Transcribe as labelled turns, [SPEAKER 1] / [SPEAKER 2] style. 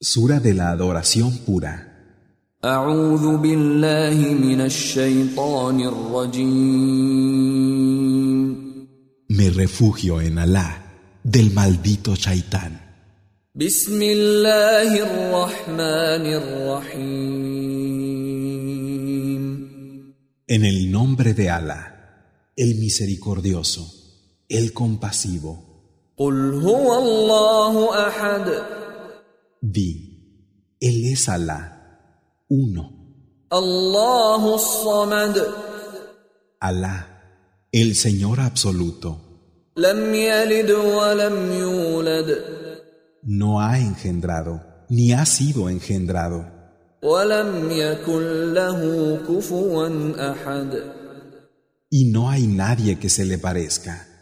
[SPEAKER 1] Sura de la adoración pura.
[SPEAKER 2] أعوذ بالله من الشيطان الرجيم
[SPEAKER 1] Me refugio en Alá del maldito Shaitán.
[SPEAKER 2] بسم الله الرحمن الرحيم
[SPEAKER 1] En el nombre de Alá, el misericordioso, el compasivo.
[SPEAKER 2] قل هو الله أحد
[SPEAKER 1] Di, Él es Alá, uno,
[SPEAKER 2] الله الصمد
[SPEAKER 1] Alá, el Señor absoluto.
[SPEAKER 2] لم يلد ولم يولد
[SPEAKER 1] No ha engendrado, ni ha sido engendrado,
[SPEAKER 2] ولم يكن له كفوا أحد
[SPEAKER 1] y no hay nadie que se le parezca.